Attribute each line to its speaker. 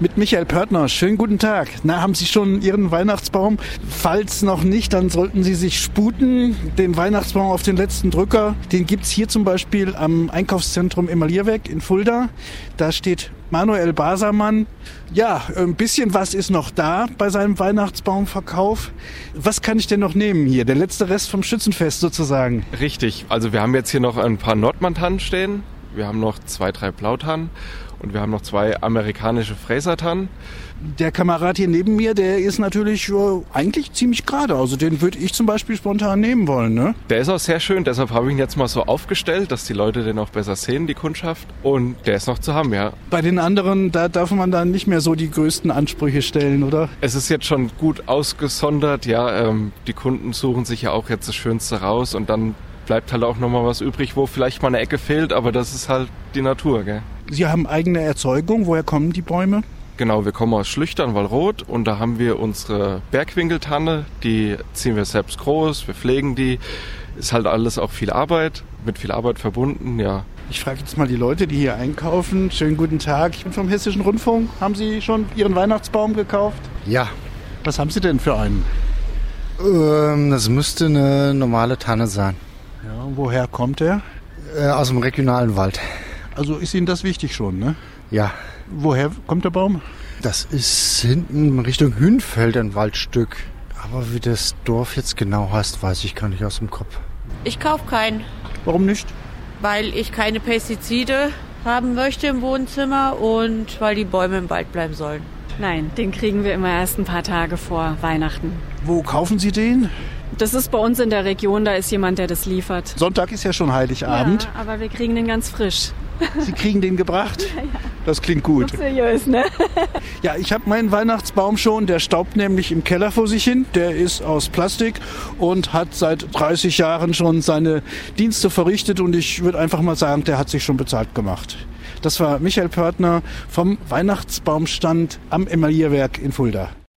Speaker 1: mit Michael Pörtner. Schönen guten Tag. Na, haben Sie schon Ihren Weihnachtsbaum? Falls noch nicht, dann sollten Sie sich sputen. Den Weihnachtsbaum auf den letzten Drücker, den gibt's hier zum Beispiel am Einkaufszentrum Emalierweg in Fulda. Da steht Manuel Basermann. Ja, ein bisschen was ist noch da bei seinem Weihnachtsbaumverkauf. Was kann ich denn noch nehmen hier? Der letzte Rest vom Schützenfest sozusagen.
Speaker 2: Richtig, also wir haben jetzt hier noch ein paar Nordmantannen stehen. Wir haben noch zwei, drei Blautannen und wir haben noch zwei amerikanische Fräsertannen.
Speaker 1: Der Kamerad hier neben mir, der ist natürlich äh, eigentlich ziemlich gerade. Also den würde ich zum Beispiel spontan nehmen wollen. Ne?
Speaker 2: Der ist auch sehr schön, deshalb habe ich ihn jetzt mal so aufgestellt, dass die Leute den auch besser sehen, die Kundschaft. Und der ist noch zu haben, ja.
Speaker 1: Bei den anderen, da darf man dann nicht mehr so die größten Ansprüche stellen, oder?
Speaker 2: Es ist jetzt schon gut ausgesondert, ja. Ähm, die Kunden suchen sich ja auch jetzt das Schönste raus und dann bleibt halt auch nochmal was übrig, wo vielleicht mal eine Ecke fehlt, aber das ist halt die Natur, gell.
Speaker 1: Sie haben eigene Erzeugung. Woher kommen die Bäume?
Speaker 2: Genau, wir kommen aus Schlüchtern, Wallroth und da haben wir unsere Bergwinkeltanne, die ziehen wir selbst groß, wir pflegen die. Ist halt alles auch viel Arbeit, mit viel Arbeit verbunden, ja.
Speaker 1: Ich frage jetzt mal die Leute, die hier einkaufen. Schönen guten Tag. Ich bin vom Hessischen Rundfunk. Haben Sie schon Ihren Weihnachtsbaum gekauft?
Speaker 3: Ja,
Speaker 1: Was haben Sie denn für einen?
Speaker 3: ähm, das müsste eine normale Tanne sein.
Speaker 1: Ja, woher kommt er?
Speaker 3: Äh, aus dem regionalen Wald.
Speaker 1: Also ist Ihnen das wichtig schon, ne?
Speaker 3: Ja,
Speaker 1: Woher kommt der Baum?
Speaker 3: das ist hinten Richtung Hünfeld ein Waldstück. Aber wie das Dorf jetzt genau heißt, weiß ich gar nicht aus dem Kopf.
Speaker 4: Ich kaufe keinen,
Speaker 1: Warum nicht?
Speaker 4: weil ich keine Pestizide haben möchte im Wohnzimmer und weil die Bäume im Wald bleiben sollen.
Speaker 5: Nein, den kriegen wir immer erst ein paar Tage vor Weihnachten.
Speaker 1: Wo kaufen Sie den?
Speaker 5: Das ist bei uns in der Region, da ist jemand, der das liefert.
Speaker 1: Sonntag ist ja schon Heiligabend.
Speaker 5: Ja, aber wir kriegen den ganz frisch.
Speaker 1: Sie kriegen den gebracht. Das klingt gut.
Speaker 5: Seriös, ne?
Speaker 1: Ja, ich habe meinen Weihnachtsbaum schon. Der staubt nämlich im Keller vor sich hin. Der ist aus Plastik und hat seit 30 Jahren schon seine Dienste verrichtet. Und ich würde einfach mal sagen, der hat sich schon bezahlt gemacht. Das war Michael Pörtner vom Weihnachtsbaumstand am Emaillierwerk in Fulda.